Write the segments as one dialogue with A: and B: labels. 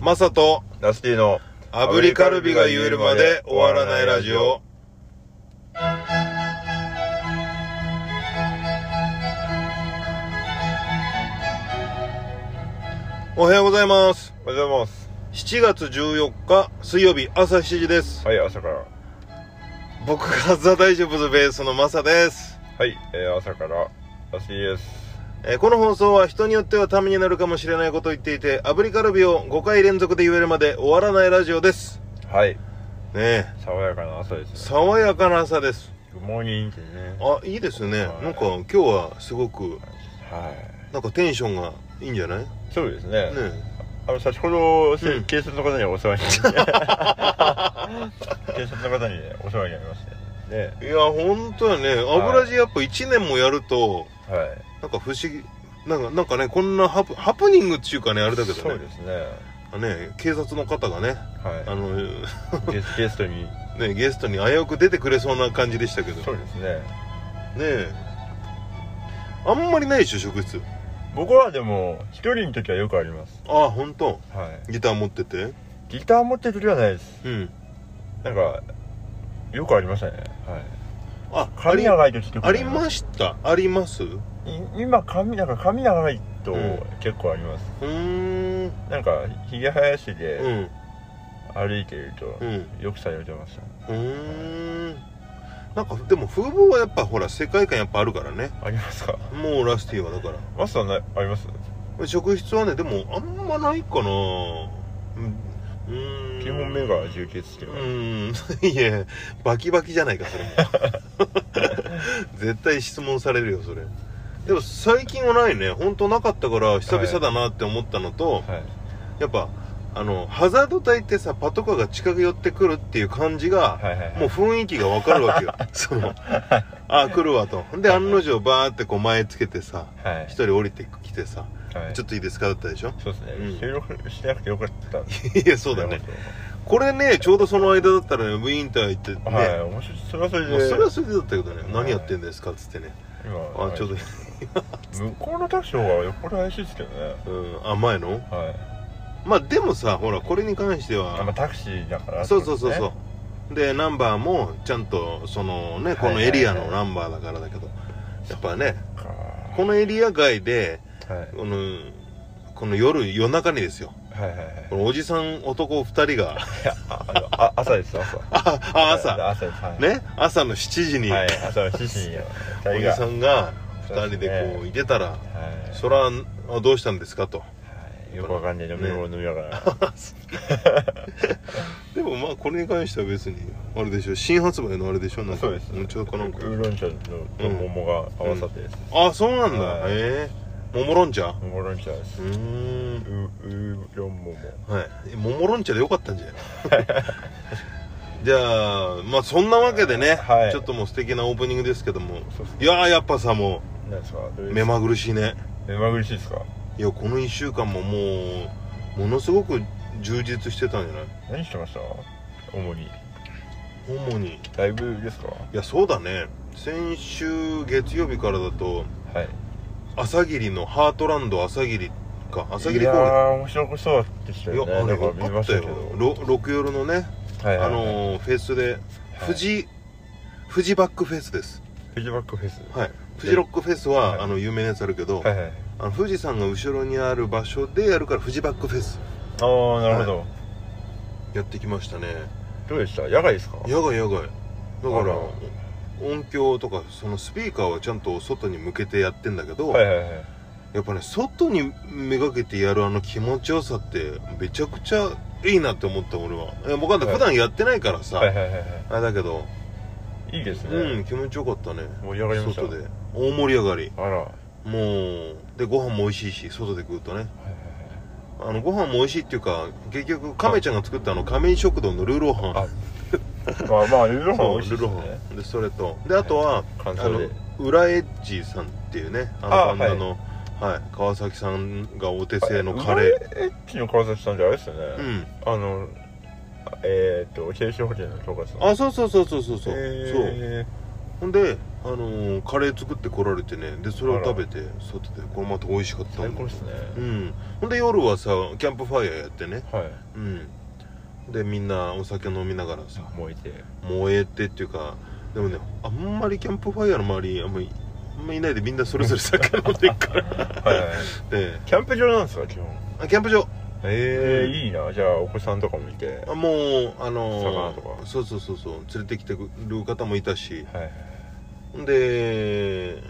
A: マサと
B: ナスティの
A: 炙りカルビが言えるまで終わらないラジオ。おはようございます。
B: おはようございます
A: 7月14日水曜日朝7時です。
B: はい朝から
A: 僕がザ大丈夫ズベースのマサです。
B: はい、えー、朝からナスティです
A: えーこの放送は人によってはためになるかもしれないことを言っていて、炙りカルビを5回連続で言えるまで終わらないラジオです。
B: はい
A: ねえ、
B: 爽やかな朝ですね
A: 爽やかな朝です。
B: グモーニンってね
A: あいいですね、
B: はい
A: なんか今日はすごく
B: はい
A: なんかテンションがいいんじゃないね
B: そうですね
A: え
B: あの先ほど、せ
A: うん
B: 警察の方にお世話になりまして警察の方にねお世話になりましてね
A: いや本当やね油地やっぱ1年もやると
B: はい
A: なんか不思議なんかなんかねこんなハプハプニングっていうかねあれだけ
B: そ
A: どね
B: うですね
A: ね警察の方がねあ
B: は
A: の
B: いゲスゲストに
A: ねゲストに危うく出てくれそうな感じでしたけど
B: そ
A: ね
B: うですね
A: えあんまりないでしょ職質
B: 僕はでも一人の時はよくあります
A: ああ本当
B: はい
A: ギター持ってて
B: ギター持ってる時はないです
A: うん
B: なんかよくありましたねはい
A: ああ
B: 髪
A: り
B: 長い時ってこと
A: ありましたありますう
B: い今髪なんか髪長いと
A: うん
B: 結構あります、
A: ーん
B: なんかひげ生やし
A: う
B: で
A: ん
B: 歩いていると、
A: うん
B: よくされてました
A: うーんなんかでも風貌はやっぱほら世界観やっぱあるからね
B: ありますか
A: もうラスティはだか
B: マスターなあります、
A: ら職質はねでもあんまないかなうんうーん
B: 基本目が充血して
A: う
B: る、
A: ーん いやバキバキじゃないかそれも 絶対質問されるよそれでも最近はないね本当なかったから久々だなって思ったのと、
B: はい
A: やっぱあのハザード帯ってさパトカーが近く寄ってくるっていう感じが、
B: はいはいはい
A: もう雰囲気がわかるわ けよそのあ来るわとで案の定バーってこう前つけてさ
B: はい
A: 一人降りてきてさ「
B: はい
A: ちょっといいですか?」だったでしょ
B: そうですね、
A: うん
B: 収録しなくてよかった
A: いやそうだねこれねちょうどその間だったらねウィーンター行ってね、
B: はい面白いそれはそれ
A: もう
B: で
A: それはそれでだったけどね
B: は
A: 「
B: い
A: 何やってんですか?」っつってね「
B: 今
A: あちょうどいい、
B: 向こうのタクシーの方がよっぽど怪しいですけどね
A: うん、あ前の
B: はい
A: まあでもさほらこれに関して
B: あまあ
A: は
B: タクシーだから
A: そうそうそう
B: ね
A: そうでナンバーもちゃんとそのねこのエリアのナンバーだからだけどやっぱね
B: か
A: このエリア外で
B: はい
A: このこの夜夜中にですよ
B: はいはいはい
A: このおじさん男2人が
B: いやああのあ朝です朝
A: ああ朝
B: 朝ですはい
A: ね朝の7時に
B: はい朝の7時に
A: おじさ
B: ん
A: んが2人でこういてたら
B: はい
A: そらあどうしたんですかと
B: はいよくわかんない飲み物飲みながら
A: でもまあこれに関しては別にあれでしょ新発売のあれでしょなんか
B: そうです
A: もちょっとかなんか
B: ウーロン茶のと桃が合わさってです
A: あそうなんだ
B: はい
A: へえ桃ロン茶
B: 桃ロン茶です
A: う
B: ウ
A: ーん
B: ウーロン桃
A: はいえ桃ロン茶でよかったんじゃない じゃあまあそんなわけでね、
B: はい
A: ちょっともう素敵なオープニングですけども
B: そうっすね
A: いやーやっぱさも
B: 何ですかどれ
A: う
B: です
A: 目まぐるしいね
B: 目まぐるしいですか
A: いやこの1週間ももうものすごく充実してたんじゃない
B: 何してました主に
A: 主にい
B: ライブですか
A: やそうだね先週月曜日からだと
B: はい
A: 朝霧のハートランド朝霧か朝
B: い
A: 霧
B: や
A: 公園
B: ー面白そうでした
A: いや
B: よね
A: あ
B: な
A: れ
B: んか
A: よ
B: 見
A: か
B: ま
A: っ
B: したた
A: よ
B: けど
A: ろ六夜のね
B: はいは
A: あ
B: いは
A: の
B: い
A: ーフェスで富士富士バックフェスです
B: フジバックフェス
A: はい富士ロックフェスは、
B: はい
A: あの有名なやつあるけど、
B: はいはい
A: あの富士山が後ろにある場所でやるから富士バックフェス
B: ああなるほど、
A: やってきましたね
B: どうでした野外ですか
A: 野外野外だか
B: あ
A: ら
B: ら
A: 音響とかそのスピーカーはちゃんと外に向けてやってんだけど、
B: はいはいはい
A: やっぱね外にめがけてやるあの気持ちよさってめちゃくちゃいいなって思った俺はいや僕はね
B: はい
A: 普段やってないからさ、
B: はいはいはいは
A: あれだけど、
B: いいいですね、
A: うん気持ちよかったね
B: 盛り上がりました
A: 外で大盛り上がり
B: あら、はい
A: もうでご飯も美味しいし外で食うとね
B: はい
A: あのご飯も美味しいっていうか結局亀ちゃんが作ったあの亀井食堂のルーローハン
B: はい、あまあまあルーロ
A: そ
B: ーホ
A: う
B: ン美味しい
A: ル
B: で
A: ーロ
B: すね
A: ーハンでそれとであとは、
B: 感
A: あ
B: 想
A: の
B: で
A: 裏エッジさんっていうねあの
B: あ
A: バンドの、はい川崎さんがお手製のカ
B: ー
A: レ
B: エッチの川崎さんってあれですよね、
A: ーうん
B: あのえー、っと経営保険の東川さん
A: あそうそうそうそうそうそう、
B: え
A: そ
B: ー、
A: うほんであのーカレー作ってこられてねでそれを食べて外でこれまた美味しかった
B: 最
A: んだ
B: 高ですね、
A: うんほんで夜はさキャンプファイヤーやってね
B: はい
A: うんでみんなお酒飲みながらさ
B: 燃えて
A: 燃えてっていうかでもねあんまりキャンプファイヤーの周りあんまりあんまりいないでみんなそれぞれ酒飲んでる から
B: はいはいはい
A: ええ
B: キャンプ場なんですか基本
A: あキャンプ場
B: え
A: うん
B: えいいなじゃあお子さんとかもいてはい
A: あもうあのー
B: 魚とか
A: そうそうそうそう連れてきてくる方もいたしで、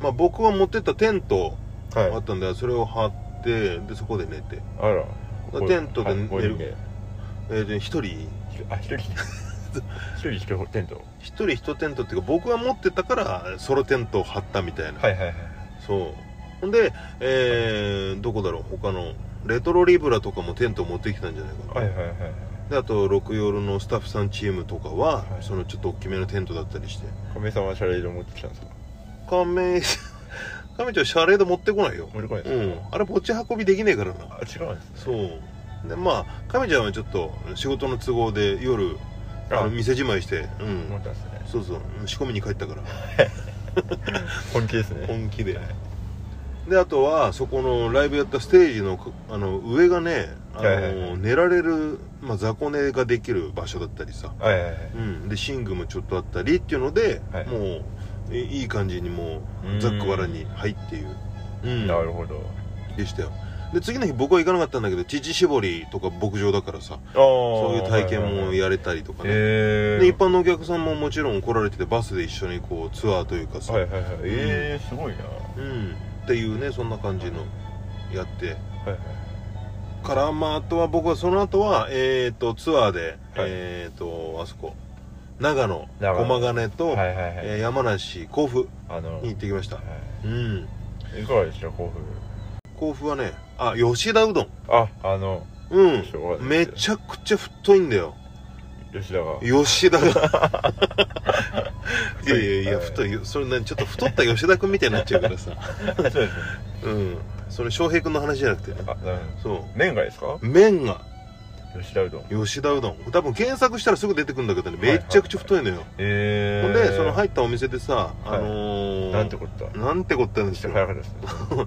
A: まあ、僕は持ってったテント
B: はい
A: あったんで、それを張ってでそこで寝て、
B: あら
A: あテントで寝る
B: はい五人で
A: えーで一人
B: あ 一人一人一人テント
A: 一人一テントっていうか僕が持ってたからソロテントを張ったみたいな、
B: はいはいはい
A: そうほんで、えーどこだろう他のレトロリブラとかもテント持ってきたんじゃないかな、
B: はいはいはい
A: であと六夜のスタッフさんチームとかは、
B: はい
A: そのちょっと大きめのテントだったりして
B: 亀井さんはシャレード持ってきたんですか
A: 亀亀ちゃんシャレード持ってこないよ
B: 持ってこないで
A: う
B: す
A: ん
B: か、
A: あれ持ち運びできねえからな
B: あ違うんですね
A: そうでまあ亀ちゃんはちょっと仕事の都合で夜あの店じまいしてう
B: 持っ
A: ん
B: たんですね
A: そうそううん仕込みに帰ったから
B: 本気ですね
A: 本気でであとはそこのライブやったステージのくあの上がねあの、
B: はいはいは
A: 寝られる、まあ、雑魚寝ができる場所だったりさ、
B: はいはいはい
A: うん、で寝具もちょっとあったりっていうので、
B: はい
A: もういいい感じにも
B: うん
A: うざっくばらんに「はい」っていう、うん、
B: なるほど
A: でしたよで次の日僕は行かなかったんだけど乳搾りとか牧場だからさそ
B: そ
A: ういう体験も
B: っ
A: やれたりとかね、
B: え
A: で一般のお客さんももちろん来られててバスで一緒にこうツアーというかさ、
B: はいはいはいえー、すごいなは
A: うん、っていうねそんな感じのやって
B: いはい
A: からまああとは僕はその後はえっ、とツアーで、
B: はい
A: えっ、とあそこ長野
B: 長野
A: 駒ヶ根と、
B: はいはいはい
A: えー山梨甲府
B: あの
A: に行ってきました、うん
B: はいいかがでした甲府
A: 甲府はねあ吉田うどん
B: ああの
A: う
B: しょうが
A: ん
B: な
A: め
B: いですよ
A: ちゃくちゃ太いんだよ
B: 吉田が
A: 吉田が いやいやいや
B: はい
A: 太いよそれ何ちょっと太った吉田君みたいになっちゃうからさ
B: そうですね
A: うんそれ翔平君の話じゃなくてね
B: あなるほ
A: そ
B: ど麺がですか
A: う麺が
B: 吉田うどん
A: 吉田うどん多分検索したらすぐ出てくるんだけどね
B: はいはい
A: めちゃくちゃ太いのよ、
B: ええ
A: ほんでその入ったお店でさ、あのー、
B: なんてことだ
A: なんてこったんです
B: 吉
A: よ
B: 田早かったですね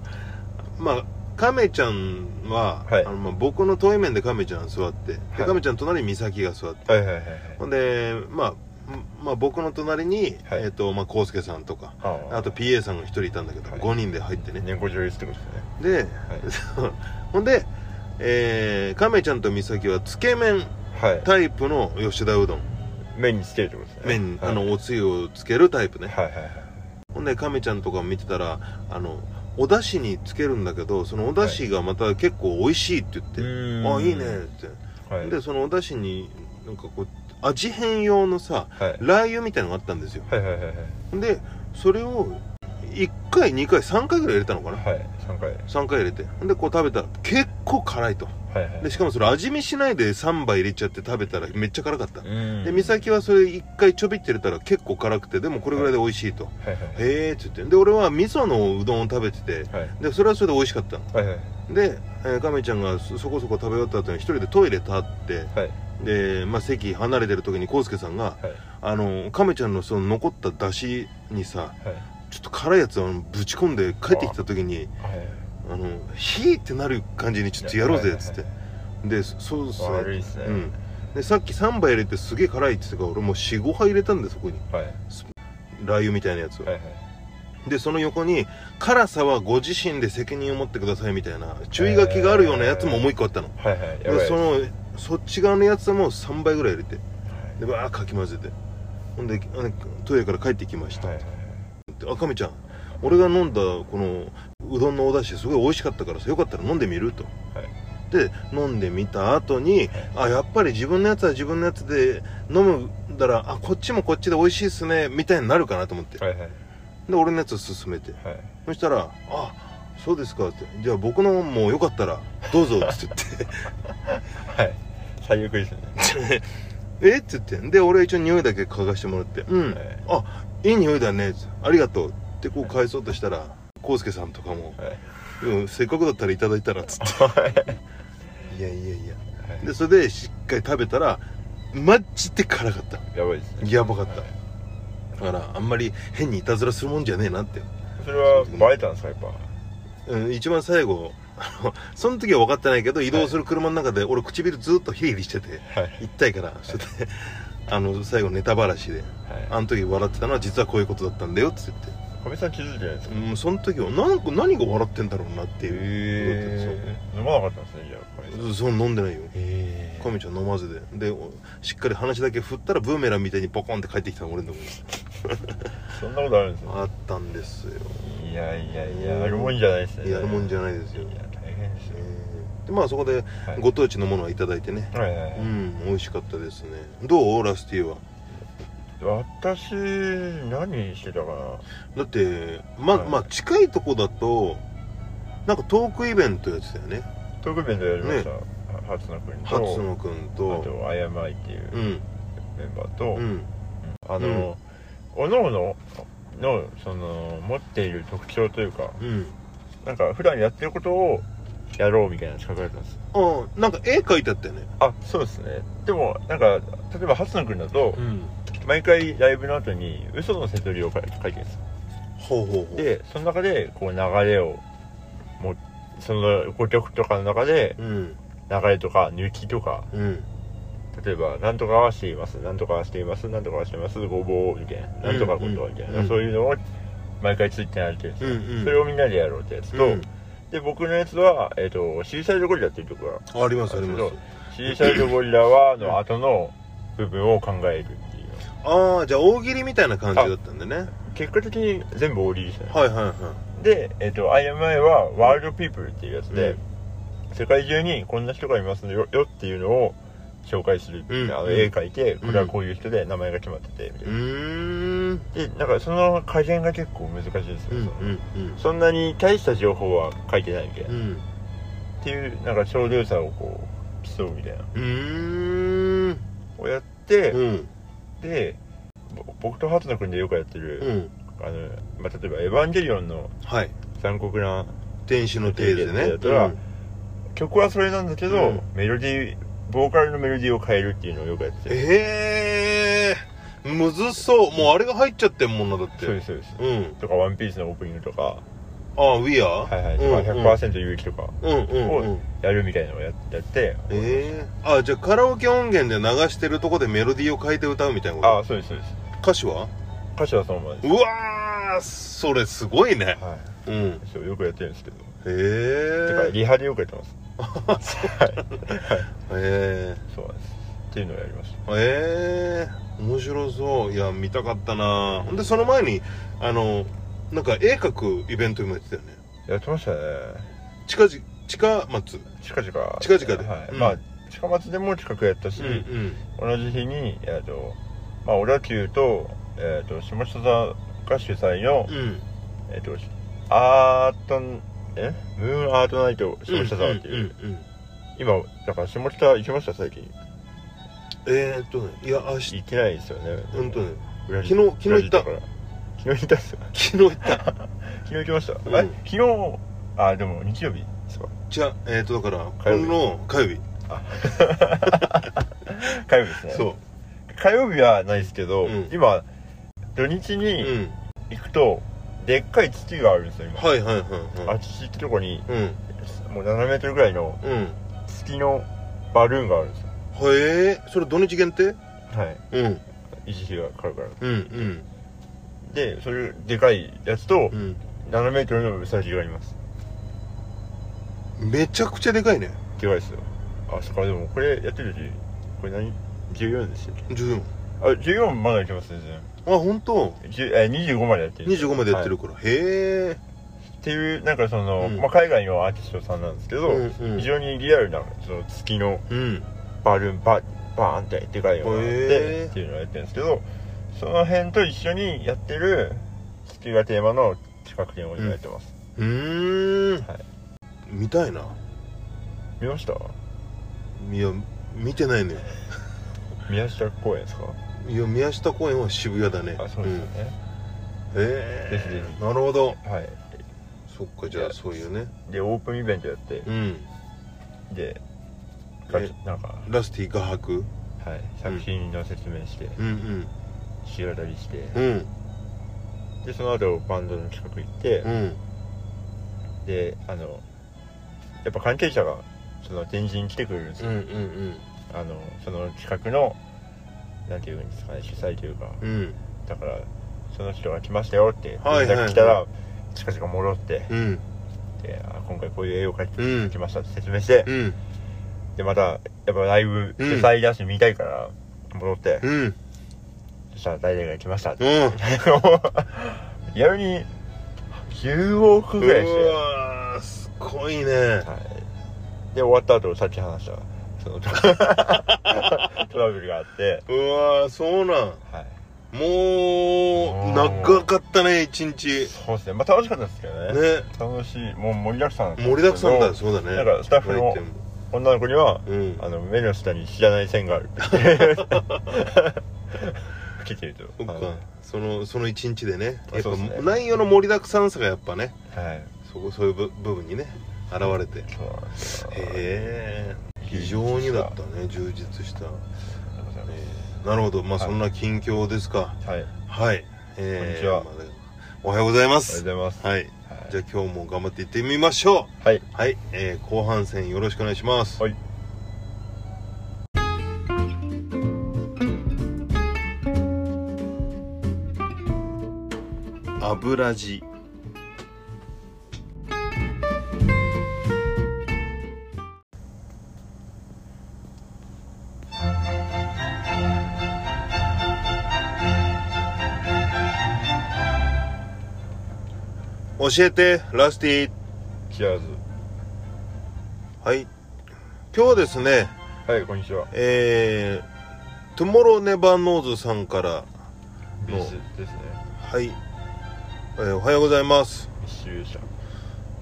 A: まあ亀ちゃんは、
B: はい
A: あのまあ、僕の対面で亀ちゃん座って、で
B: はい
A: 亀ちゃん隣に美咲が座って
B: はいはいはいはい
A: ほんでまあまあ、僕の隣に、
B: はい
A: えっ、と、まあ、康介さんとか、
B: あ
A: あと PA さんが1人いたんだけど、
B: はい
A: 5人で入ってね
B: 年功序列ってことですね
A: で、
B: い
A: そうほんで、えー、亀ちゃんと美咲はつけ麺
B: はい
A: タイプの吉田うどん
B: 麺につけるってことですね
A: 麺に、
B: はい
A: あのおつゆをつけるタイプね、
B: はいはいはい
A: ほんで亀ちゃんとか見てたらあのお出汁につけるんだけどそのお出汁がまた結構美味しいって言って、
B: は
A: あいいねって、
B: はい
A: でそのお出汁になんかこう味変用のさ
B: はい
A: ラー油みたいのがあったんですよ
B: はいはいはいはい
A: でそれを1回2回3回ぐらい入れたのかな
B: はい3回
A: 3回入れてほんでこう食べたら結構辛いと
B: はいはい
A: でしかもそれ味見しないで3杯入れちゃって食べたらめっちゃ辛かった
B: うん
A: で美咲はそれ1回ちょびって入れたら結構辛くてでもこれぐらいで美味しいと
B: はいはい
A: へえっつってで俺は味噌のうどんを食べてて
B: はい
A: でそれはそれで美味しかったの
B: はいはい
A: で、えー、亀ちゃんがそそこそこ食べ終わった後に一人でトイレ立って
B: はい
A: で、まあ、席離れてる時に康介さんが
B: はい
A: あの亀ちゃんのその残った出汁にさ
B: はい
A: ちょっと辛いやつをぶち込んで帰ってきた時に
B: はい
A: あのヒーってなる感じにちょっとやろうぜっつってでそそうそう
B: 悪いですね
A: うんでさっき3杯入れてすげえ辛いっつってたから俺もう45杯入れたんだよそこに
B: はい
A: ラー油みたいなやつを、
B: はいはい
A: でその横に辛さはご自身で責任を持ってくださいみたいな注意書きがあるようなやつももう一個あったの、
B: はいはいやばい
A: でそのそっち側のやつはもう3杯ぐらい入れて
B: はい
A: でバーかき混ぜてほんであのトイレから帰ってきました、
B: はいはい
A: で赤目ちゃん俺が飲んだこのうどんのお出汁すごい美味しかったからさよかったら飲んでみると、
B: はい
A: で飲んでみた後に、あやっぱり自分のやつは自分のやつで飲むだらあこっちもこっちで美味しいっすねみたいになるかなと思って、
B: はいはいはい
A: で俺のやつを勧めて
B: はい
A: そしたら「あそうですか」って「じゃあ僕のもよかったらどうぞ」って
B: はい最悪ですね
A: 言って「えっ?」って言ってで俺は一応匂いだけ嗅がしてもらって「うん、
B: はい
A: あいい匂いだね」ってありがとう」ってこう返そうとしたら康介さんとかも
B: はい
A: 「うんせっかくだったらいただいたら」っつって「いやいやいや」
B: はい
A: でそれでしっかり食べたらマジで辛かった
B: やばいですね
A: やばかった、だからあんまり変にいたずらするもんじゃねえなって、
B: それはバレたんですかやっぱ
A: うん、一番最後あのその時は分かってないけど移動する車の中で俺唇ずっとヒリヒリしてて
B: はい
A: 一体からそれであの最後ネタばらしで「
B: は
A: あの時笑ってたのは実はこういうことだったんだよ」っつって
B: いかみさん気づいてないんですか
A: うんその時はなんか何が笑ってんだろうなっていう、
B: へえ飲まなかったんですねじゃあかみさん
A: そうその飲んでないよ
B: へ
A: カミちゃん飲まずででおしっかり話だけ振ったらブーメランみたいにポコンって帰ってきたの俺のとこ
B: そんなことあるんですね
A: にあったんですよ
B: いやいやいややるもんじゃないですね
A: やるもんじゃないですよ
B: いや大変です
A: え
B: よ
A: ーでまあそこで
B: はい
A: ご当地のものはいただいてね、
B: はいはいは
A: う
B: い
A: ん美味しかったですねどうラスティは
B: 私何してたかな
A: だってま,、
B: はい
A: まあ近いとこだとなんかトークイベントやってたよね
B: 特別でやりました、は初の国と
A: 初野くん
B: あ
A: と
B: とあやまいっていう
A: うん
B: メンバーと、
A: うん
B: あの、おのおののその持っている特徴というか
A: うん
B: なんか普段やってることをやろうみたいなの書かれたんです
A: あなんか絵描いてあったよね
B: あそうですねでもなんか例えば初野くんだと、
A: ん
B: 毎回ライブの後に嘘の瀬戸りを書い書いてるんです
A: ほうほうほう
B: でその中でこう流れをもうその5曲とかの中で
A: うん
B: 流れとか抜きとか
A: うん
B: 例えば「なんとかはしています」「なんとかはしています」「なんとかはしています」「ごぼう」みたいな「なんとかこと」みたいな、
A: うん
B: そういうのを毎回ツイッターにやってるんです
A: う
B: よ、
A: んうん
B: それをみんなでやろうってやつと、
A: うん
B: で僕のやつは「えー、とシーサイドゴリラ」っていう曲が
A: ありますありま
B: そう
A: す
B: 「シーサイドゴリラは」の後の部分を考えるっていう
A: ああじゃあ大喜利みたいな感じだったんでね
B: 結果的に全部オーリーでしたね
A: はいはいは
B: で、えっと IMI は「ワールドピープル」っていうやつで、
A: うん
B: 世界中にこんな人がいますよよっていうのを紹介する、
A: うん
B: あ
A: う
B: の
A: ん
B: 絵描いてこれはこういう人で名前が決まっててみたい
A: い
B: な
A: う、ーん
B: でなんかその加減が結構難しいですよ、
A: うん
B: その
A: うん
B: そんなに大した情報は書いてないみたいな、
A: う
B: っ
A: ん
B: ていうなんか少量差をこう競うみたいな
A: うんうーん
B: をやって、
A: うん
B: でぼ僕と初野君でよくやって
A: う
B: る、
A: ん
B: あのまあ、例えば「エヴァンゲリオン」の
A: はい
B: 残酷な
A: 天使のテーゼね
B: 天使のテーゼだった曲はそれなんだけど、
A: うん
B: メロディーボーカルのメロディーを変えるっていうのをよくやってて
A: ええむずそうもうあれが入っちゃってんもんなだって
B: そうですそうです、
A: うん
B: とか「ワンピースのオープニングとか
A: ああ We are
B: 「はいはい」
A: うん
B: とか「100%勇気」とか
A: うんうんうん
B: やるみたいなのをややって、
A: ええあじゃあカラオケ音源で流してるとこでメロディーを変えて歌うみたいな
B: あ
A: こ
B: あそうですそうです
A: と歌詞は
B: 歌詞はそのままです
A: うわーそれすごいね
B: はい
A: うん
B: そうよくやってるんですけど、
A: へ
B: てか
A: え
B: リハでよくやってます
A: え
B: そうなんですっていうのをやりまし
A: えええ面白そういや見たかったなほんでその前にあのなんか絵描くイベントもやってたよね
B: たやってましたね
A: 近々近松
B: 近々
A: 近々で
B: はい
A: うん
B: まあ近松でも近くやったし、
A: ん
B: 同じ日にえっ、とまあ小田急と,、えっと下北沢が主催の、
A: うん
B: えっ、とアートえムーンアートナイト下北沢っていう,、
A: うんうん
B: 今だから下北行きました最近
A: えーっとねいや明日
B: 行ってないですよね
A: うんとね
B: 裏切
A: 昨日昨日行った
B: 裏切から昨日行ったっすよ
A: 昨日行った
B: 昨日行きました、
A: ん
B: あれ昨日あでも日曜日ですか
A: じゃあえーっとだから
B: 火曜日
A: 今の火曜日
B: 火曜日ですね
A: そ
B: 火曜日はないですけど、
A: うん
B: 今土日
A: うう
B: に
A: ん
B: 行くと、でっかい土があるんですよ今、
A: はいはいはい
B: あ
A: はい
B: っちってとこに
A: うん
B: もう7メートルぐらいの
A: うん
B: 月のバルーンがあるんですよ
A: へえそれ土日限定
B: はい
A: うん
B: 一時がかかるから
A: うん
B: でそれでかいやつと
A: うんうん
B: 7メートルのウサギがいます
A: めちゃくちゃでかいね
B: でかいですよあそっかでもこれやってる時これ何14でしたっけ
A: 14
B: あ14まだ行きます全然
A: あ本当
B: 10え25までやってる
A: 25までやって
B: はい
A: るから、へえ
B: っていうなんかそ
A: う
B: の、
A: ん
B: まあ、海外のアーティストさんなんですけど、
A: うんうん
B: 非常にリアルなその月の
A: うん
B: バルーンババーンってでかいのがあっ
A: へ
B: て、
A: ー
B: っていうのをやってるんですけどその辺と一緒にやってる月がテーマの企画展を今やってます、
A: うーん、
B: はい
A: 見たいな
B: 見ました
A: いや見てないね
B: 宮下公園ですか
A: いや宮下公園は渋谷だね
B: あそうですよね、
A: うんへ
B: ぜひぜ
A: えなるほど
B: はい
A: そっかじゃあそういうね
B: でオープンイベントやって
A: うん
B: で
A: え
B: なんか、
A: ラスティ画伯
B: はい、作品の説明して、
A: うん
B: 日当たりして
A: うん
B: でその後バンドの近く行って
A: うん
B: であのやっぱ関係者がその展示に来てくれるんです
A: うんう
B: よ、
A: ん
B: あのその近くのなんていうんですかね主催というか
A: うんうん
B: だからその人が来ましたよって連
A: はいはいはい
B: 絡来たら近々戻って
A: うん
B: であ今回こういう絵を描いて
A: うん
B: きましたって説明して
A: うん
B: でまたやっぱライブ主催だし見たいから戻って
A: うん
B: そしたら誰々が来ましたって
A: うん
B: リアルに10億ぐらいして
A: うわーすごいね
B: はい、で終わった後さっき話したそのトラブルがあって、
A: うわーそうなん
B: はい、
A: もう
B: うん
A: 長かったね一日
B: そうですねまあ楽しかったですけどね
A: ね
B: 楽しいもう盛りだくさんったですけど
A: 盛りだくさんだそうだね
B: なんかスタッフの女の子には
A: うん
B: あの目の下に知らない線があるって吹けてると
A: そっか、
B: は
A: そのその一日でねやっぱ
B: そうっすね
A: 内容の盛りだくさんさがやっぱね
B: い、はい、
A: そこそういう部部分にね現れて
B: そうなんですよ
A: へえ非常にだったね充実した、
B: ありがとうございます
A: なるほどまあ
B: はい
A: そんな近況ですか
B: はい、あり
A: はい、えー
B: こ
A: まあおはようございま
B: がとう
A: す
B: ございます。
A: はい
B: はい
A: じゃあ今日も頑張っていってみましょ
B: はい、
A: うはい、えー後半戦よろしくお願いします
B: はい
A: 油地教えてラスティ
B: チアーズ。
A: はい今日ですね
B: はい、こんにちは。
A: えー、トゥモローネバーノーズさんから
B: ミスですね。
A: はい、えーおはようございます
B: 密集者。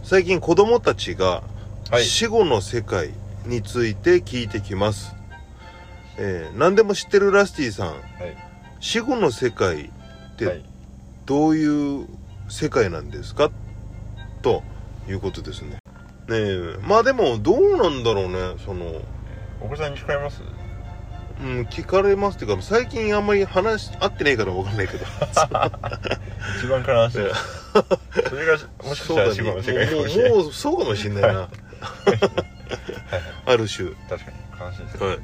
A: 最近子供たちが
B: はい。
A: 死後の世界について聞いてきます、えー何でも知ってるラスティさん、死後の世界って
B: はい。
A: どういう世界なんですかということですねねえまあでもどうなんだろうねその
B: お子さんに聞かれます
A: うん、聞かれますっていうか最近あんまり話合ってないから分かんない けど
B: 一番悲しい。それが、もしかしたら死後の世界かもし
A: そうだね
B: れない。
A: もうもうそうかもしれないなある種
B: 確かに、悲しいですね。
A: はい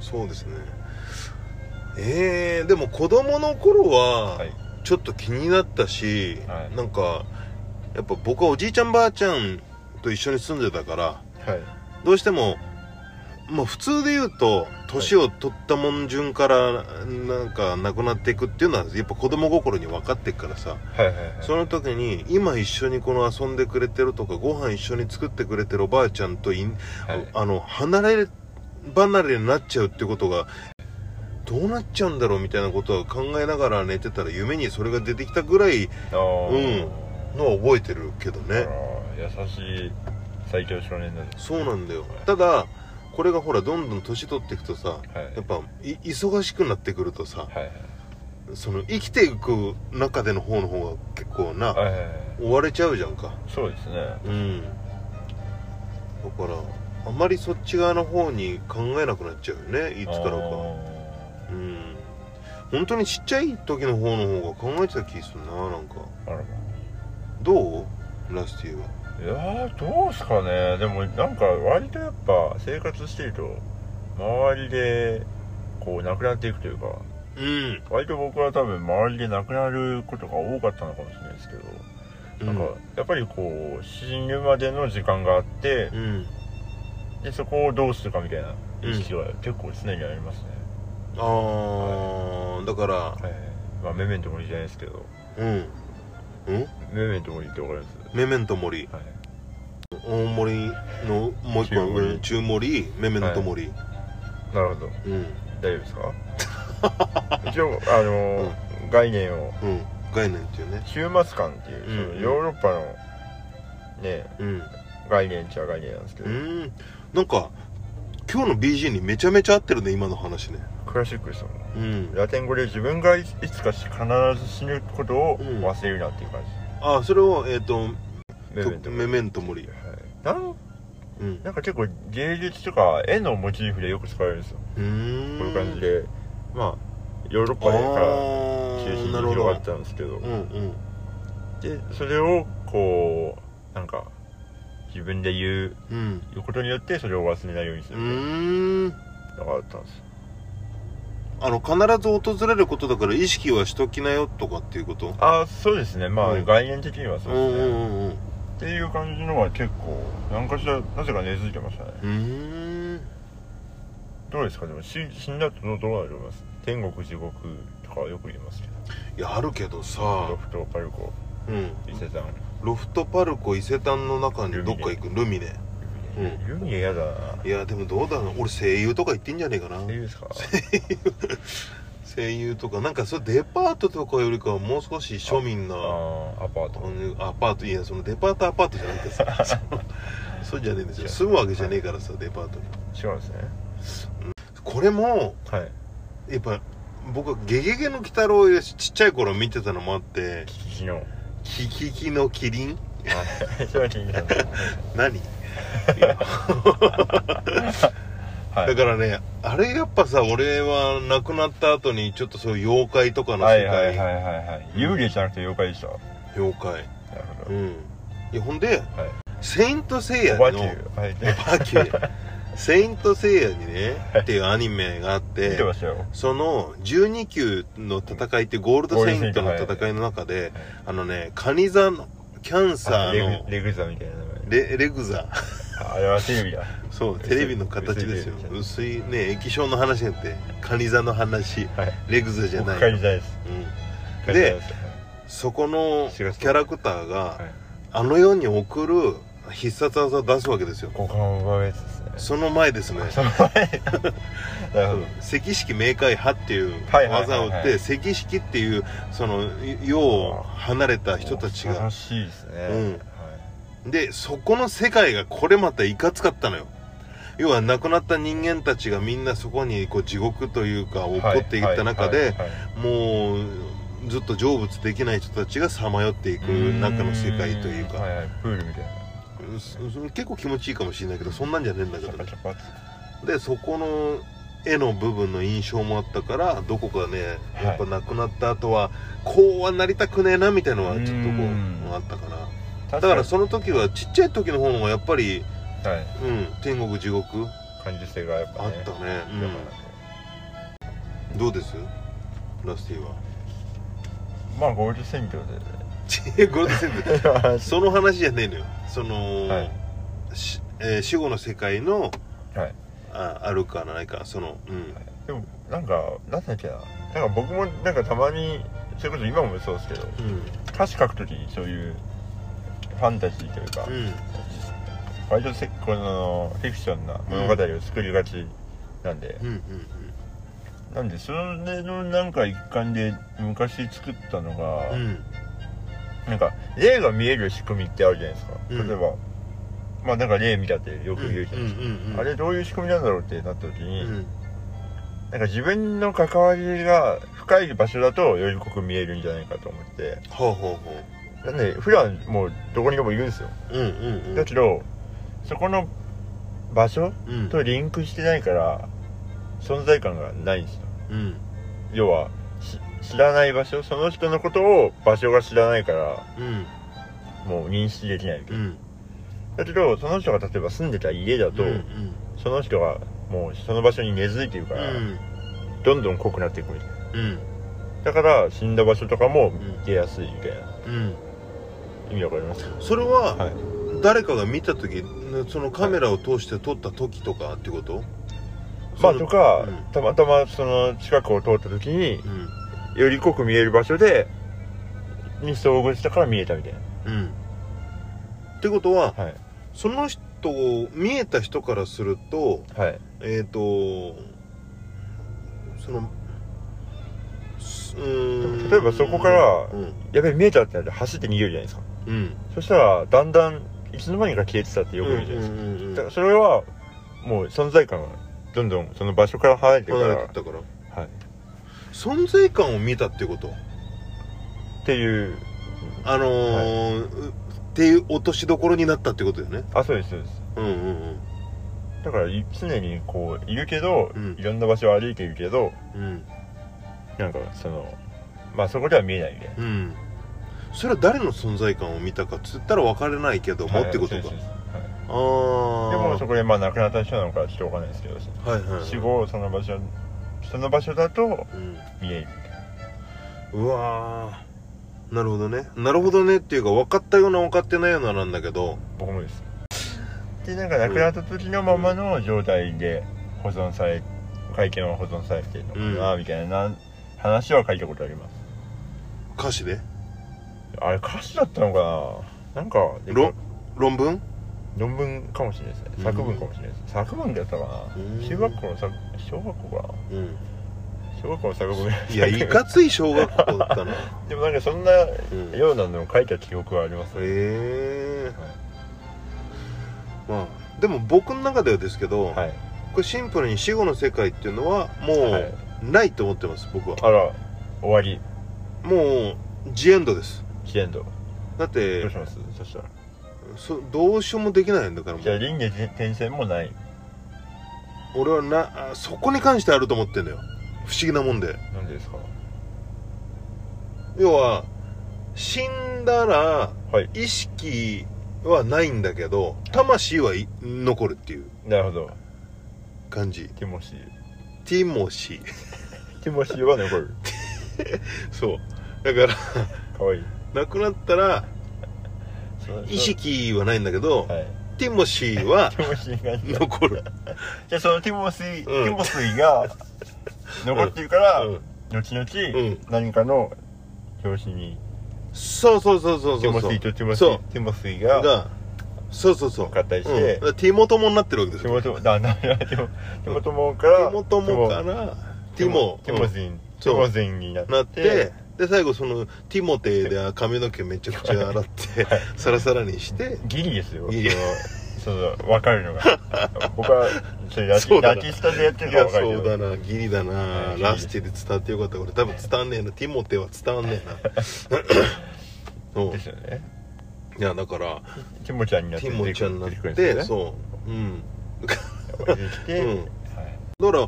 A: そうですねえー、でも子供の頃は
B: はい。
A: ちょっと気になったし、
B: はい
A: なんかやっぱ僕はおじいちゃんばあちゃんと一緒に住んでたから
B: はい。
A: どうしてもまあ普通で言うと年を取ったもん順からなんかなくなっていくっていうのはやっぱ子供心に分かってっからさ
B: はいはいはい。
A: その時に今一緒にこの遊んでくれてるとかご飯一緒に作ってくれてるおばあちゃんといん
B: はい
A: あの離れ離れになっちゃうってことがどうなっちゃうんだろうみたいなことは考えながら寝てたら夢にそれが出てきたぐらい
B: あー
A: うんのは覚えてるけどね
B: あー優しい最強少年なんです。
A: そうなんだよただこれがほらどんどん年取っていくとさ
B: はい。
A: やっぱい忙しくなってくるとさ
B: はい
A: その生きていく中での方の方が結構な
B: はい。はいはいはい。
A: 追われちゃうじゃんか
B: そうですね。
A: うんだからあまりそっち側の方に考えなくなっちゃうよねいつ
B: い
A: からかうん本当にちっちゃい時の方の方が考えてた気するななんか
B: あらま
A: どうラスティはい
B: やーどうすかねでもなんか割とやっぱ生活してると周りでこうなくなっていくというか
A: うん
B: 割と僕は多分周りで亡くなることが多かったのかもしれないですけど、なんかやっぱりこう死ぬまでの時間があって
A: うん
B: でそこをどうするかみたいな意識は結構常にありますね、
A: ああ、だから
B: はいまあメメントモリじゃないですけど
A: うんうん
B: メメントモリってわかりま
A: メメントモリ
B: すはい
A: 大盛りのもう一
B: 中盛
A: 個
B: り
A: 中盛りメメント盛り、
B: なるほど
A: うん
B: 大丈夫です か一応あのー概念を
A: うん概念っていうね
B: 終末感っていう、
A: うん
B: そのヨーロッパのね
A: うん
B: 概念っちゃ概念なんですけ
A: う
B: ど、
A: んなんか今日の BG にめちゃめちゃ合ってるね今の話ね
B: クラシックですもん
A: うん
B: ラテン語で自分がいいつかし必ず死ぬことを
A: うん
B: 忘れるなっていう感
A: あそれをえっ、と
B: じ、メメン
A: と
B: ト
A: メメントモリ
B: はい、なん
A: うん
B: なんか結構芸術とか絵のモチーフでよく使われるんですよ、
A: うーん
B: こういう感じでまあヨーロッ
A: あ
B: パでから中心
A: ー
B: に
A: なるほ
B: 広
A: ど
B: がったんですけど
A: うんうん
B: でそれをこうなんか自分で言う
A: うん
B: 言うことによってそれを忘れないようにす
A: う
B: るみ
A: ーん
B: たいなのがあったんです
A: あの必ず訪れることだから意識はしときなよとかっていうこと
B: ああそうですねまあ、
A: うん
B: 概念的にはそううですね、
A: んうんうん
B: っていう感じのは結構何かしらなぜか根付いてましたね
A: うんうーん
B: どうですかでも死死んだとどうなります天国地獄とかはよく言いますけど
A: いやあるけどさ
B: ロ、フトパルコ
A: うん、
B: 伊勢丹
A: ロフトパルコ伊勢丹の中にどっか行くルミネ
B: ルミネルミネ嫌だない
A: やでもどうだろう俺声優とか行ってんじゃねえかな
B: っていうですか
A: 声優とかなんかそれデパートとかよりかはもう少し 庶民な
B: あーアパート
A: あのアパートいやそのデパートアパートじゃなくて さそのそうじゃねえんですよ住むわけじゃねえからさデパートに
B: 違うんですね
A: これも
B: はい
A: やっぱ僕は「ゲゲゲの鬼太郎」をちっちゃい頃見てたのもあって
B: キキキの
A: 「キキキのキリン
B: はい それは気になる」
A: 何いや
B: はい
A: だからねあれやっぱさ俺は亡くなった後にちょっとそういう妖怪とかの
B: は
A: 世
B: いはいは
A: 界
B: いはいはい幽霊じゃなくて妖怪でしたな
A: 妖怪
B: るほ
A: う
B: ど
A: んいやほんで
B: はい
A: 「セイント・セイヤ」
B: おば
A: の
B: けはい
A: お化 け「セイント・セイヤ」にねっていうアニメがあっ
B: 見
A: て
B: てましたよ
A: その12級の戦いってゴールドセイントの戦いの中で、あのねカニ座のキャンサ
B: あ
A: ー
B: レ
A: の
B: グレグザみたいな名前
A: レレグザ
B: あれはテレビだ
A: そう
B: 薄い
A: テレビの形ですよ薄いね液晶の話じゃなくてカニ座の話
B: はい
A: レグザじゃ
B: 僕
A: ない、
B: 帰りたいです
A: うん
B: 帰りたい
A: ですそこのキャラクターが
B: はい
A: あの世に送る必殺技を出すわけですよ
B: 五感を奪うやつですね
A: その前ですね
B: その前なるほど
A: 赤式明快派っていう
B: はいはいはい
A: 技を打って赤式っていうその世を離れた人たち
B: 恐ろ
A: が
B: しいですね
A: うん
B: はい
A: でそこの世界がこれまたいかつかったのよ要は亡くなった人間たちがみんなそこにこう地獄というか起こっていった中で
B: はいはい
A: もうずっと成仏できない人たちがさまよっていく中の世界という
B: は
A: か
B: いはいプールみたいな
A: うんそ結構気持ちいいかもしれないけどそんなんじゃねえんだけ
B: チ
A: ど
B: ャ
A: ね
B: カチャカっ
A: でそこの絵の部分の印象もあったからどこかね
B: はい
A: やっぱ亡くなった後は、こうはなりたくねえなみたいのはちょっとこ
B: うん
A: うあったから
B: だ
A: だからその時はちっちゃい時の方がやっぱり、
B: はい
A: うん、天国地獄
B: 感受性がやっ
A: あっ
B: ぱね
A: た
B: だか
A: ね
B: らね
A: うん、どうですラスティ は
B: まあゴールド選 挙で
A: ちえゴールドセブンその話じゃねえのよその、
B: はい
A: しえー死後の世界の
B: はい
A: ああるかないかそのうん
B: でもなんかなんだっけななんか僕もなんかたまにそれこそ今もそうですけど
A: う
B: 歌詞書くときにそういうファンタジーというか、
A: んうん
B: 割とせこのフィクションな物語を作りがちなんで、
A: うんうん
B: なんでそれのなんか一環で昔作ったのが、
A: うんうん
B: なんか霊が見える仕組みってあるじゃないですか、
A: うん
B: 例えばまあなんか霊見たってよく言うじゃないですか、あれどういう仕組みなんだろうってなった時に、
A: うん
B: なんか自分の関わりが深い場所だとより濃く見えるんじゃないかと思って
A: ほうほうほ
B: なんで普段もうどこにでもいるんですよ、
A: ううんうんうん
B: だけどそこの場所
A: うん
B: とリンクしてないから存在感がないんですよ
A: うん
B: 要はし知らない場所その人のことを場所が知らないから
A: うん
B: もう認識できないわけ
A: うん
B: だけどその人が例えば住んでた家だと、
A: うん
B: その人がもうその場所に根付いてるか
A: う
B: ら、
A: ん
B: どんどん濃くなっていくみたいな
A: うん
B: だから死んだ場所とかも
A: ん
B: 見えやすいみたいな
A: うん
B: 意味わかります
A: それ
B: は
A: はい誰かが見た時そのカメラを通して撮った時とかってこと
B: まあとか、
A: うん
B: たまたまその近くを通った時に
A: うん
B: より濃く見える場所でに遭遇したから見えたみたい
A: うんってことは
B: なはい
A: その人を見えた人からすると
B: はい
A: えっとそのすうーん
B: 例えばそこから
A: うん
B: やべえ見えたってなって走って逃げるじゃないですか
A: うん
B: そしたらだんだんいつの間にか消えてたってよく言うじゃないですか、
A: うんうんうんうん
B: だからそれはもう存在感がどんどんその場所から離れてるか
A: 離
B: ら
A: れてったから
B: はい、
A: 存在感を見たってこと
B: っていう
A: あのーうっていう落としどころになったってことだよね
B: あそうですそうです
A: うんうん
B: だからい常にこういるけど、
A: うん
B: いろんな場所を歩いているけど
A: うんうん
B: なんかそのまあそこでは見えないね
A: うんそれは誰の存在感を見たかっつったら分かれないけども、ってことか
B: そうですはい
A: ああ
B: でもそこでまあ亡くなった人なのかちょっとわかんないですけど
A: はいはい、はい
B: 死後その場所その場所だと
A: うん、
B: 見える
A: うわーなるほどねなるほどねっていうか分かったような分かってないようななんだけど
B: 僕もですでなんか亡くなった時のままの状態で保存され会見は保存されてるのかな、
A: うん
B: みたいな話は書いたことあります
A: 歌詞で
B: あれ歌詞だったのかななんかで
A: 論論文
B: 論文かもしれないですね
A: うん
B: 作文かもしれないです、作文だったかな、
A: うん
B: 中学校の作小学校かな
A: うん
B: 小学校の作文
A: いやいかつい小学校だったな
B: でもなんかそんな
A: うん
B: ようなのを書いた記憶はありますね、
A: ええまあでも僕の中ではですけど、
B: はい、はい
A: これシンプルに死後の世界っていうのはも
B: はいう
A: ないと思ってます僕は
B: あら終わり
A: もうジエンドです
B: ジエンド
A: だっ
B: どう
A: て
B: しますそしたら
A: そどうしようもできないんだからも
B: じゃあ
A: う
B: 輪廻転生もない
A: 俺はなあそこに関してあると思ってんだよ不思議なもんで
B: なんでですか
A: 要は死んだら
B: はい
A: 意識はないんだけど魂はい残るっていう
B: なるほど
A: 感じ
B: ティモシー
A: ティモシー
B: ティモシーは残る
A: そうだから
B: かわいい
A: 亡くなったら意識はないんだけど、
B: はい
A: ティモシーは
B: ティモシーがじ
A: 残る
B: ゃあそのティモシー、テ
A: うん
B: ィモシーが残ってるから、
A: うん
B: 後々、
A: ん
B: 何かの表紙に
A: そうそうそうそう
B: テ
A: そ
B: ィ
A: う
B: モシ
A: そう
B: ーとティモシ
A: そう
B: ーティモシーが
A: がそうそうそう
B: 合体して
A: うんだからティモ友になってるわけです
B: 手
A: よ
B: 元だなな手元手元もか
A: テ
B: ら
A: ィモ友からテ
B: テ
A: ィ
B: ィ
A: モ
B: モティモジンテ
A: そう
B: ィモジンになっ
A: うん
B: て
A: なってで最後そのティモテーで髪の毛めちゃくちゃ洗 ってサラサラにして
B: ギリですよ
A: ギリ
B: そのその分かるのが僕はそれラ
A: そう
B: テ
A: だな
B: ラティスタでやってる
A: い
B: から
A: や
B: 分かる
A: そ
B: け
A: う
B: ど
A: だなギリだな
B: うん
A: ラスティで伝わってよかった俺多分伝わんねえなティモテーは伝わんねえな そう
B: ですよね
A: いやだから
B: ティモちゃんになって
A: ティモちゃんになっ
B: 出くるん
A: て
B: ですよ
A: そ
B: ね
A: ううん
B: 出てきて、
A: うん
B: はい
A: だから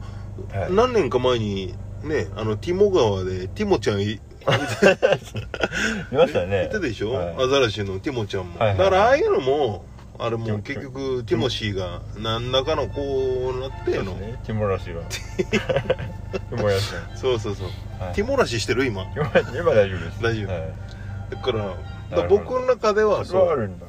B: はい
A: 何年か前にねあのティモ川でティモちゃんい
B: 見ましたよね
A: いたでしょ、
B: はい
A: アザラシのティモちゃんも、
B: はいはい
A: だからああいうのもあれ
B: ティ
A: も
B: モ
A: 結局ティモシーが何らかのこうなって
B: そうで
A: の
B: すねティモラ シがティモラシが
A: そうそうそう、
B: はい
A: ティモらししてる今
B: 今今大丈夫です
A: 大丈夫
B: はい
A: だからだから
B: なるほど
A: 僕の中では
B: それは
A: そ
B: あ
A: う、
B: るんだ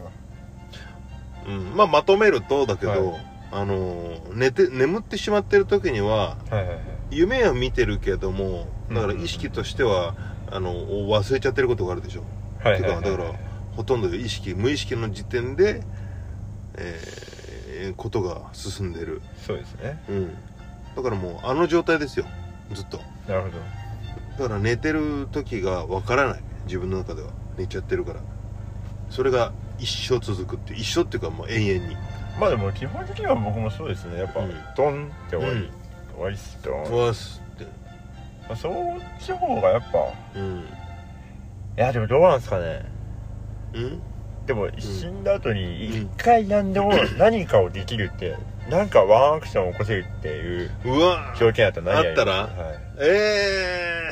A: うん、まあまとめるとだけど、
B: は
A: あのー寝て眠ってしまってる時には
B: はいはいはい
A: 夢は見てるけどもだから
B: うん
A: 意識としては、あの忘れちゃってることがあるでしょ
B: はい
A: て
B: はい
A: か
B: はい
A: だからほとんど意識無意識の時点でえーことが進んでる、
B: そうですね
A: うん、だからもうあの状態ですよずっと
B: なるほど
A: だから寝てる時がわからない自分の中では寝ちゃってるからそれが一生続くって一生っていうかもう永遠に
B: まあでも基本的には僕もそうですねやっぱ、
A: うん
B: ドンって終わり、
A: うん
B: 終わりっすド
A: 「
B: ン、
A: う
B: ま
A: わっす」って
B: あ、そっちの方がやっぱい
A: うん
B: やでもどうなんですかね
A: うん
B: でも死んだ後に
A: うん
B: 一回何でも何かをできるって、なんかワンアクションを起こせるっていう
A: うわ
B: 条件あったら何やります
A: あった
B: はい、
A: え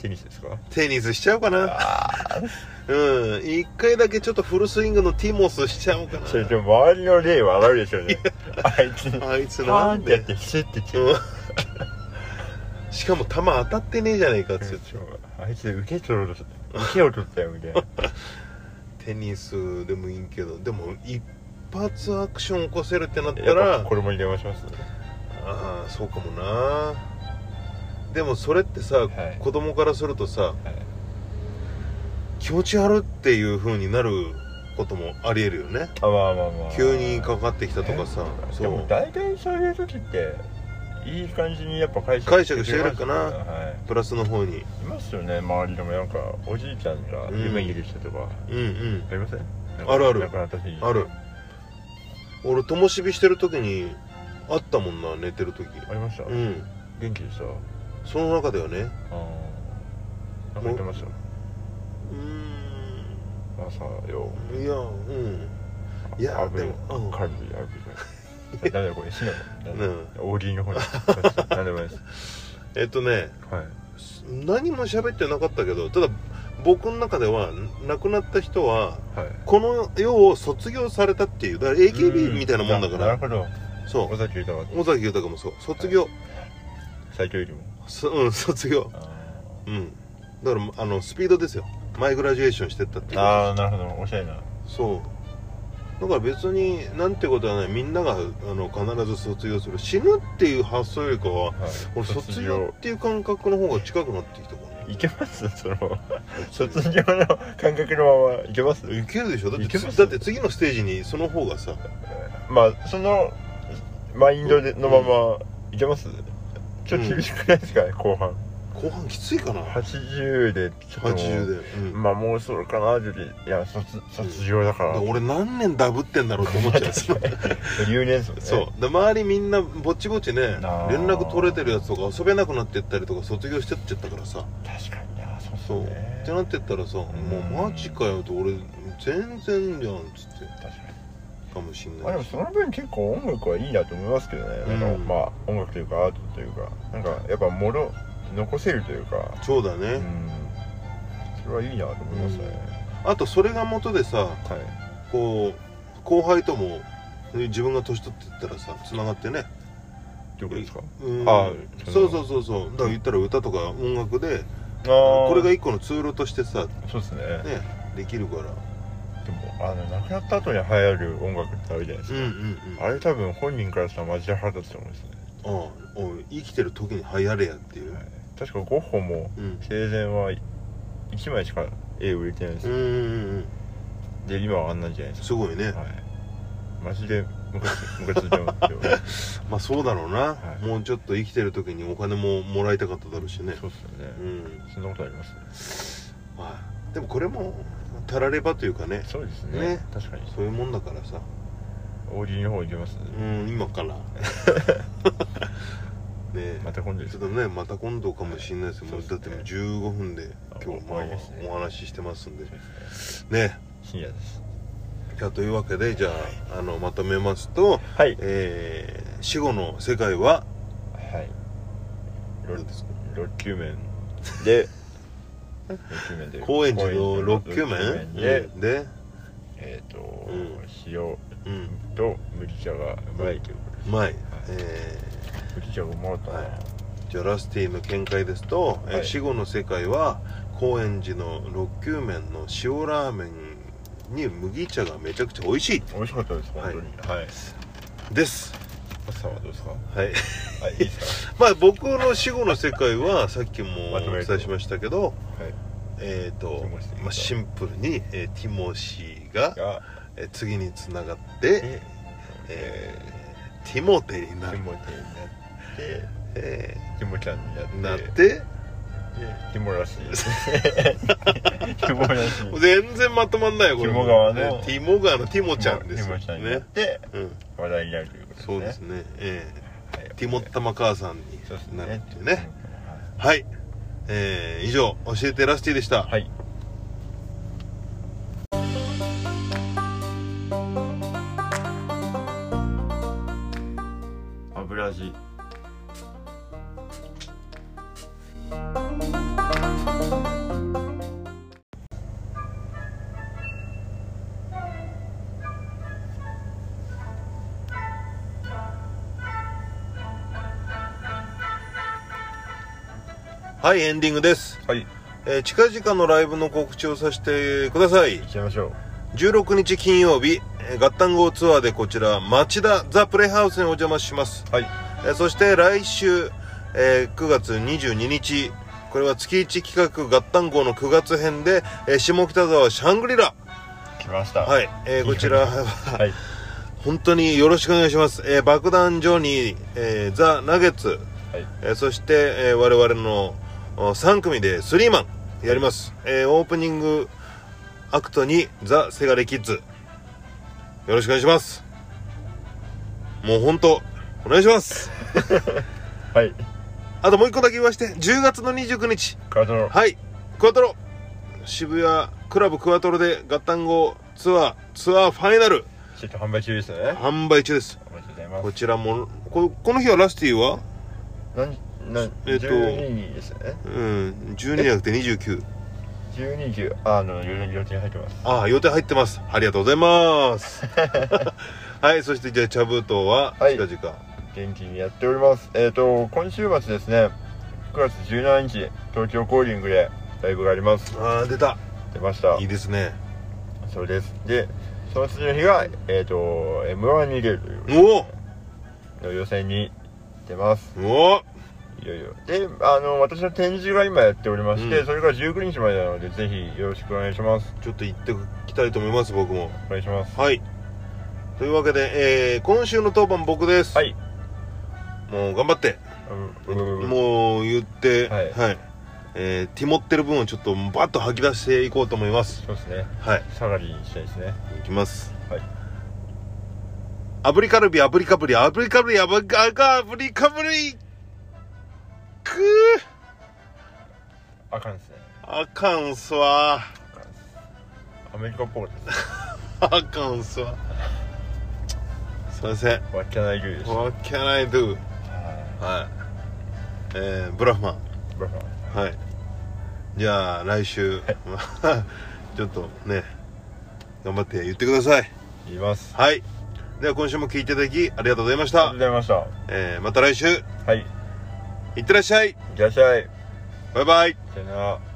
B: テニスですか
A: ー、テニスしちゃうかな
B: あ
A: うん一回だけちょっとフルスイングのティモスしちゃおうか
B: あそれ
A: な
B: でも周りの例は笑うでしょうねあいつに
A: あいつ
B: パ
A: な
B: ーンっ
A: ん
B: てや
A: で
B: ってシュッてチュッ
A: うん しかも弾当たってねえじゃねえかっつって
B: あいつ受け取ろうとした受けを取ったよみたいな
A: テニスでもいいけどでも一発アクション起こせるってなった
B: やっ
A: ら
B: ぱこれもに電話します
A: ああそうかもなでもそれってさ、
B: はい
A: 子供からするとさ気持ち悪っていう風になることもありえるよね
B: あまあまあまあ
A: 急にかかってきたとかさそ
B: でも
A: う
B: 大体そういう時っていい感じにやっぱ解釈
A: 解釈してくれるかな
B: は
A: プラスの方に
B: いいますよね周りでもなんかおじいちゃんが夢見る人とか、
A: うんうん
B: ありません
A: あるある
B: なくなった日
A: ある俺灯火してる時にあったもんな寝てる時
B: ありました、
A: うん
B: 元気でしたあ
A: その中ではね
B: ーなんか言ってました
A: うー
B: 朝よ
A: んいやうんいや
B: 危
A: で
B: ない
A: も
B: カルビ危ないなんだこれ死なの
A: うん
B: 大喜利の方になんでもないです
A: えっとね
B: はい
A: 何も喋ってなかったけどただ僕の中では亡くなった人は
B: はい
A: この世を卒業されたっていうだから AKB みたいなもんだか
B: な
A: ら
B: るほど
A: そ
B: 尾崎豊は
A: う尾崎豊もそう卒業、
B: 最強よりも
A: そうん卒業
B: あ
A: うんだからあのスピードですよマイグラジュエーションしてったっていうことです
B: あーなるほどおしゃれな
A: そうだから別になんてことはないみんながあの必ず卒業する死ぬっていう発想よりかは俺卒業っていう感覚の方が近くなってきたか
B: いけますその卒業の感覚のままいけます
A: らいけるでしょだっ
B: い
A: て
B: け
A: つ
B: ます
A: だって次のステージにその方がさ
B: まあそのマインドでのままいけますちょっと厳しくないですかね後半
A: 後半きついかな
B: 80でちょっと
A: 80で、うん
B: まあもうそろかなって言っていや卒卒業だか
A: だ
B: ら
A: から俺何年ダブってんだろうって思 っちゃうその
B: 留年ですもん ね
A: そうで周りみんなぼちぼちね
B: あー
A: 連絡取れてるやつとか遊べなくなってったりとか卒業してっちゃったからさ
B: 確かになそう
A: そう、
B: そうね
A: ってなってったらさ、もうマジかよと俺全然じゃんっつって
B: 確かに
A: かもしん
B: まあ
A: な
B: で
A: い
B: も
A: し
B: その分結構音楽はいいなと思いますけどね、なん
A: う
B: か
A: ん
B: まあ音楽というかアートというかなんかやっぱもろ残せるというか
A: そうだ
B: う
A: ね、
B: んそれはいいなと思いますね、
A: あとそれが元でさ
B: はい
A: こう後輩とも自分が年取ってったらさつながってね
B: どういうことですか
A: うん
B: あ
A: そうそうそうそうだから言ったら歌とか音楽で
B: あー
A: これが一個のツールとしてさ
B: そうですね
A: ねできるから
B: でもあの亡くなった後に流行る音楽ってあるじゃないです
A: うんう、
B: か
A: んうん
B: あれ多分本人からしたらマジで腹立つと思うんですね、
A: ああおい生きてる時に流行れやっていう、
B: はい確かゴッホも
A: うん
B: 生前は1枚しか絵を売れてないんです
A: うん
B: よ、
A: うんうん
B: で今はあんなんじゃないです
A: すごいね
B: か、はいマジでムカつムカついてますよ
A: まあそうだろうな、
B: はい
A: もうちょっと生きてる時にお金ももらいたかっただろうしね
B: そうっすよね
A: う、ん
B: そんなことあります
A: まあでもこれもたらればというかね
B: そうです
A: ね
B: ね確かに
A: そういうもんだからさ
B: 大喜利の方行きます、
A: うん今から ねえ
B: また今度で
A: ちょ
B: す
A: っとねまた今度かもしれないですよ、も
B: はい
A: うだ
B: そう
A: っ
B: で
A: て
B: すね
A: もう15分で今日
B: あ
A: まあ
B: 終わりですね
A: お話ししてますんで
B: そうですね
A: ね
B: 深夜です
A: じゃあというわけでじゃああのまとめますと、
B: はい
A: えー死後の世界は
B: はい
A: どうですか
B: 6球面 で六球面で
A: 高円寺の六球
B: 高
A: 面
B: 円寺で、
A: うんで、
B: えっ、ー、と、
A: うん
B: 塩
A: うん、
B: と麦茶がうまいというこ
A: 前、え
B: と麦茶がうまかったな、
A: はいーじゃあラスティの見解ですと、えー
B: はい
A: 死後の世界は高円寺の六球麺の塩ラーメンに麦茶がめちゃくちゃ美味しい
B: 美味しかったです
A: は
B: 本
A: い
B: 当にはい、はい、
A: です
B: さんはどうですかは
A: はい
B: いいいです
A: まあ僕の死後の世界はさっきもお
B: まとめると
A: 伝えしましたけど
B: かはい
A: えっ、と
B: ティモシーが
A: まあ、シンプルに、えーティモシーが、
B: が
A: えー次につながって、
B: で
A: えーティモテにな
B: テ
A: る
B: ィ、モテになって
A: え
B: ティモちゃんになって
A: ーなって
B: でティモ らしいティモらしい
A: 全然まとまんないよこれも
B: ティモ川の
A: ティモ川のティモちゃんです
B: ティ
A: よ
B: モちゃんになっ
A: ね
B: て
A: うん
B: 話題になるということですね
A: そうですねえ
B: はい
A: えティモッタマ母さん
B: そうです
A: になる
B: ね
A: っていうねはいえー以上教えてラスティでした
B: はい油味
A: はいエンディングです
B: はい
A: えー近々のライブの告知をさせてください
B: 行っちゃいましょう
A: 16日金曜日えー合ン号ツアーでこちら町田ザ・プレイハウスにお邪魔します
B: はい
A: えーそして来週、えー9月22日これは月1企画合旦号の9月編で、えー下北沢シャングリラ
B: 来ました
A: はいい、えーこちらは
B: はい
A: 本当によろしくお願いします、えー爆弾ジョニー、えーザ・ナゲッツ、
B: はい
A: えーそして、えー我々のお3組でスリーマンやります、えーオープニングアクトにザ・セガレキッズよろしくお願いしますもう本当お願いします
B: はい
A: あともう一個だけ言わして10月の29日
B: カードの
A: はいクワトロ渋谷クラブクワトロで合ン号ツアーツアーファイナル
B: チケット販売中ですね
A: 販売中です
B: おめでとうございま
A: こ
B: す
A: ちらもここの日はラスティは
B: 何な
A: えっと
B: 12ですよね
A: うん12じゃなくて29
B: 12級あの予定予定に入ってます
A: ああ予定入ってますありがとうございますはいそしてじゃあ茶封筒は
B: はい
A: 近々、
B: 元気にやっておりますえっ、と今週末ですね9月17日東京コーリングでライブがあります
A: ああ出た
B: 出ました
A: いいですね
B: そうですでその次の日がえっ、と m 1に出るという
A: おお
B: の予選に出ます
A: おお
B: いよいよであの私の展示が今やっておりまして、
A: うん
B: それが19日までなのでぜひよろしくお願いします
A: ちょっと行ってきたいと思います僕も
B: お願いします
A: はいというわけで、えー今週の当番僕です、
B: はい
A: もう頑張って
B: うんうん
A: もう言って、は、
B: はいい
A: えー、ティモってる分をちょっとバッと吐き出していこうと思います。
B: そうですね
A: はい、
B: サラリーにしたいですね
A: いきます。
B: はい
A: 炙りカルビ、炙りカブリ、炙りカブリ、炙りカブリ、炙りカブリ。く
B: あかんですね
A: ー、あかんすわ。
B: アメリカっぽかったです
A: あかんすわ。すいません。
B: わっきゃない牛でしたは
A: What can I do? はい。えー、ブラフマン。
B: いブラファ
A: はい。じゃあ来 週、ちょっとね、頑張って言ってください。
B: 言います
A: はい。では今週も聞いていただきありがとうございました
B: ありがとうご。ざいました
A: えー、また来週、
B: はい
A: いってらっしゃい。
B: いらっしゃい
A: バイバイ。
B: さよなら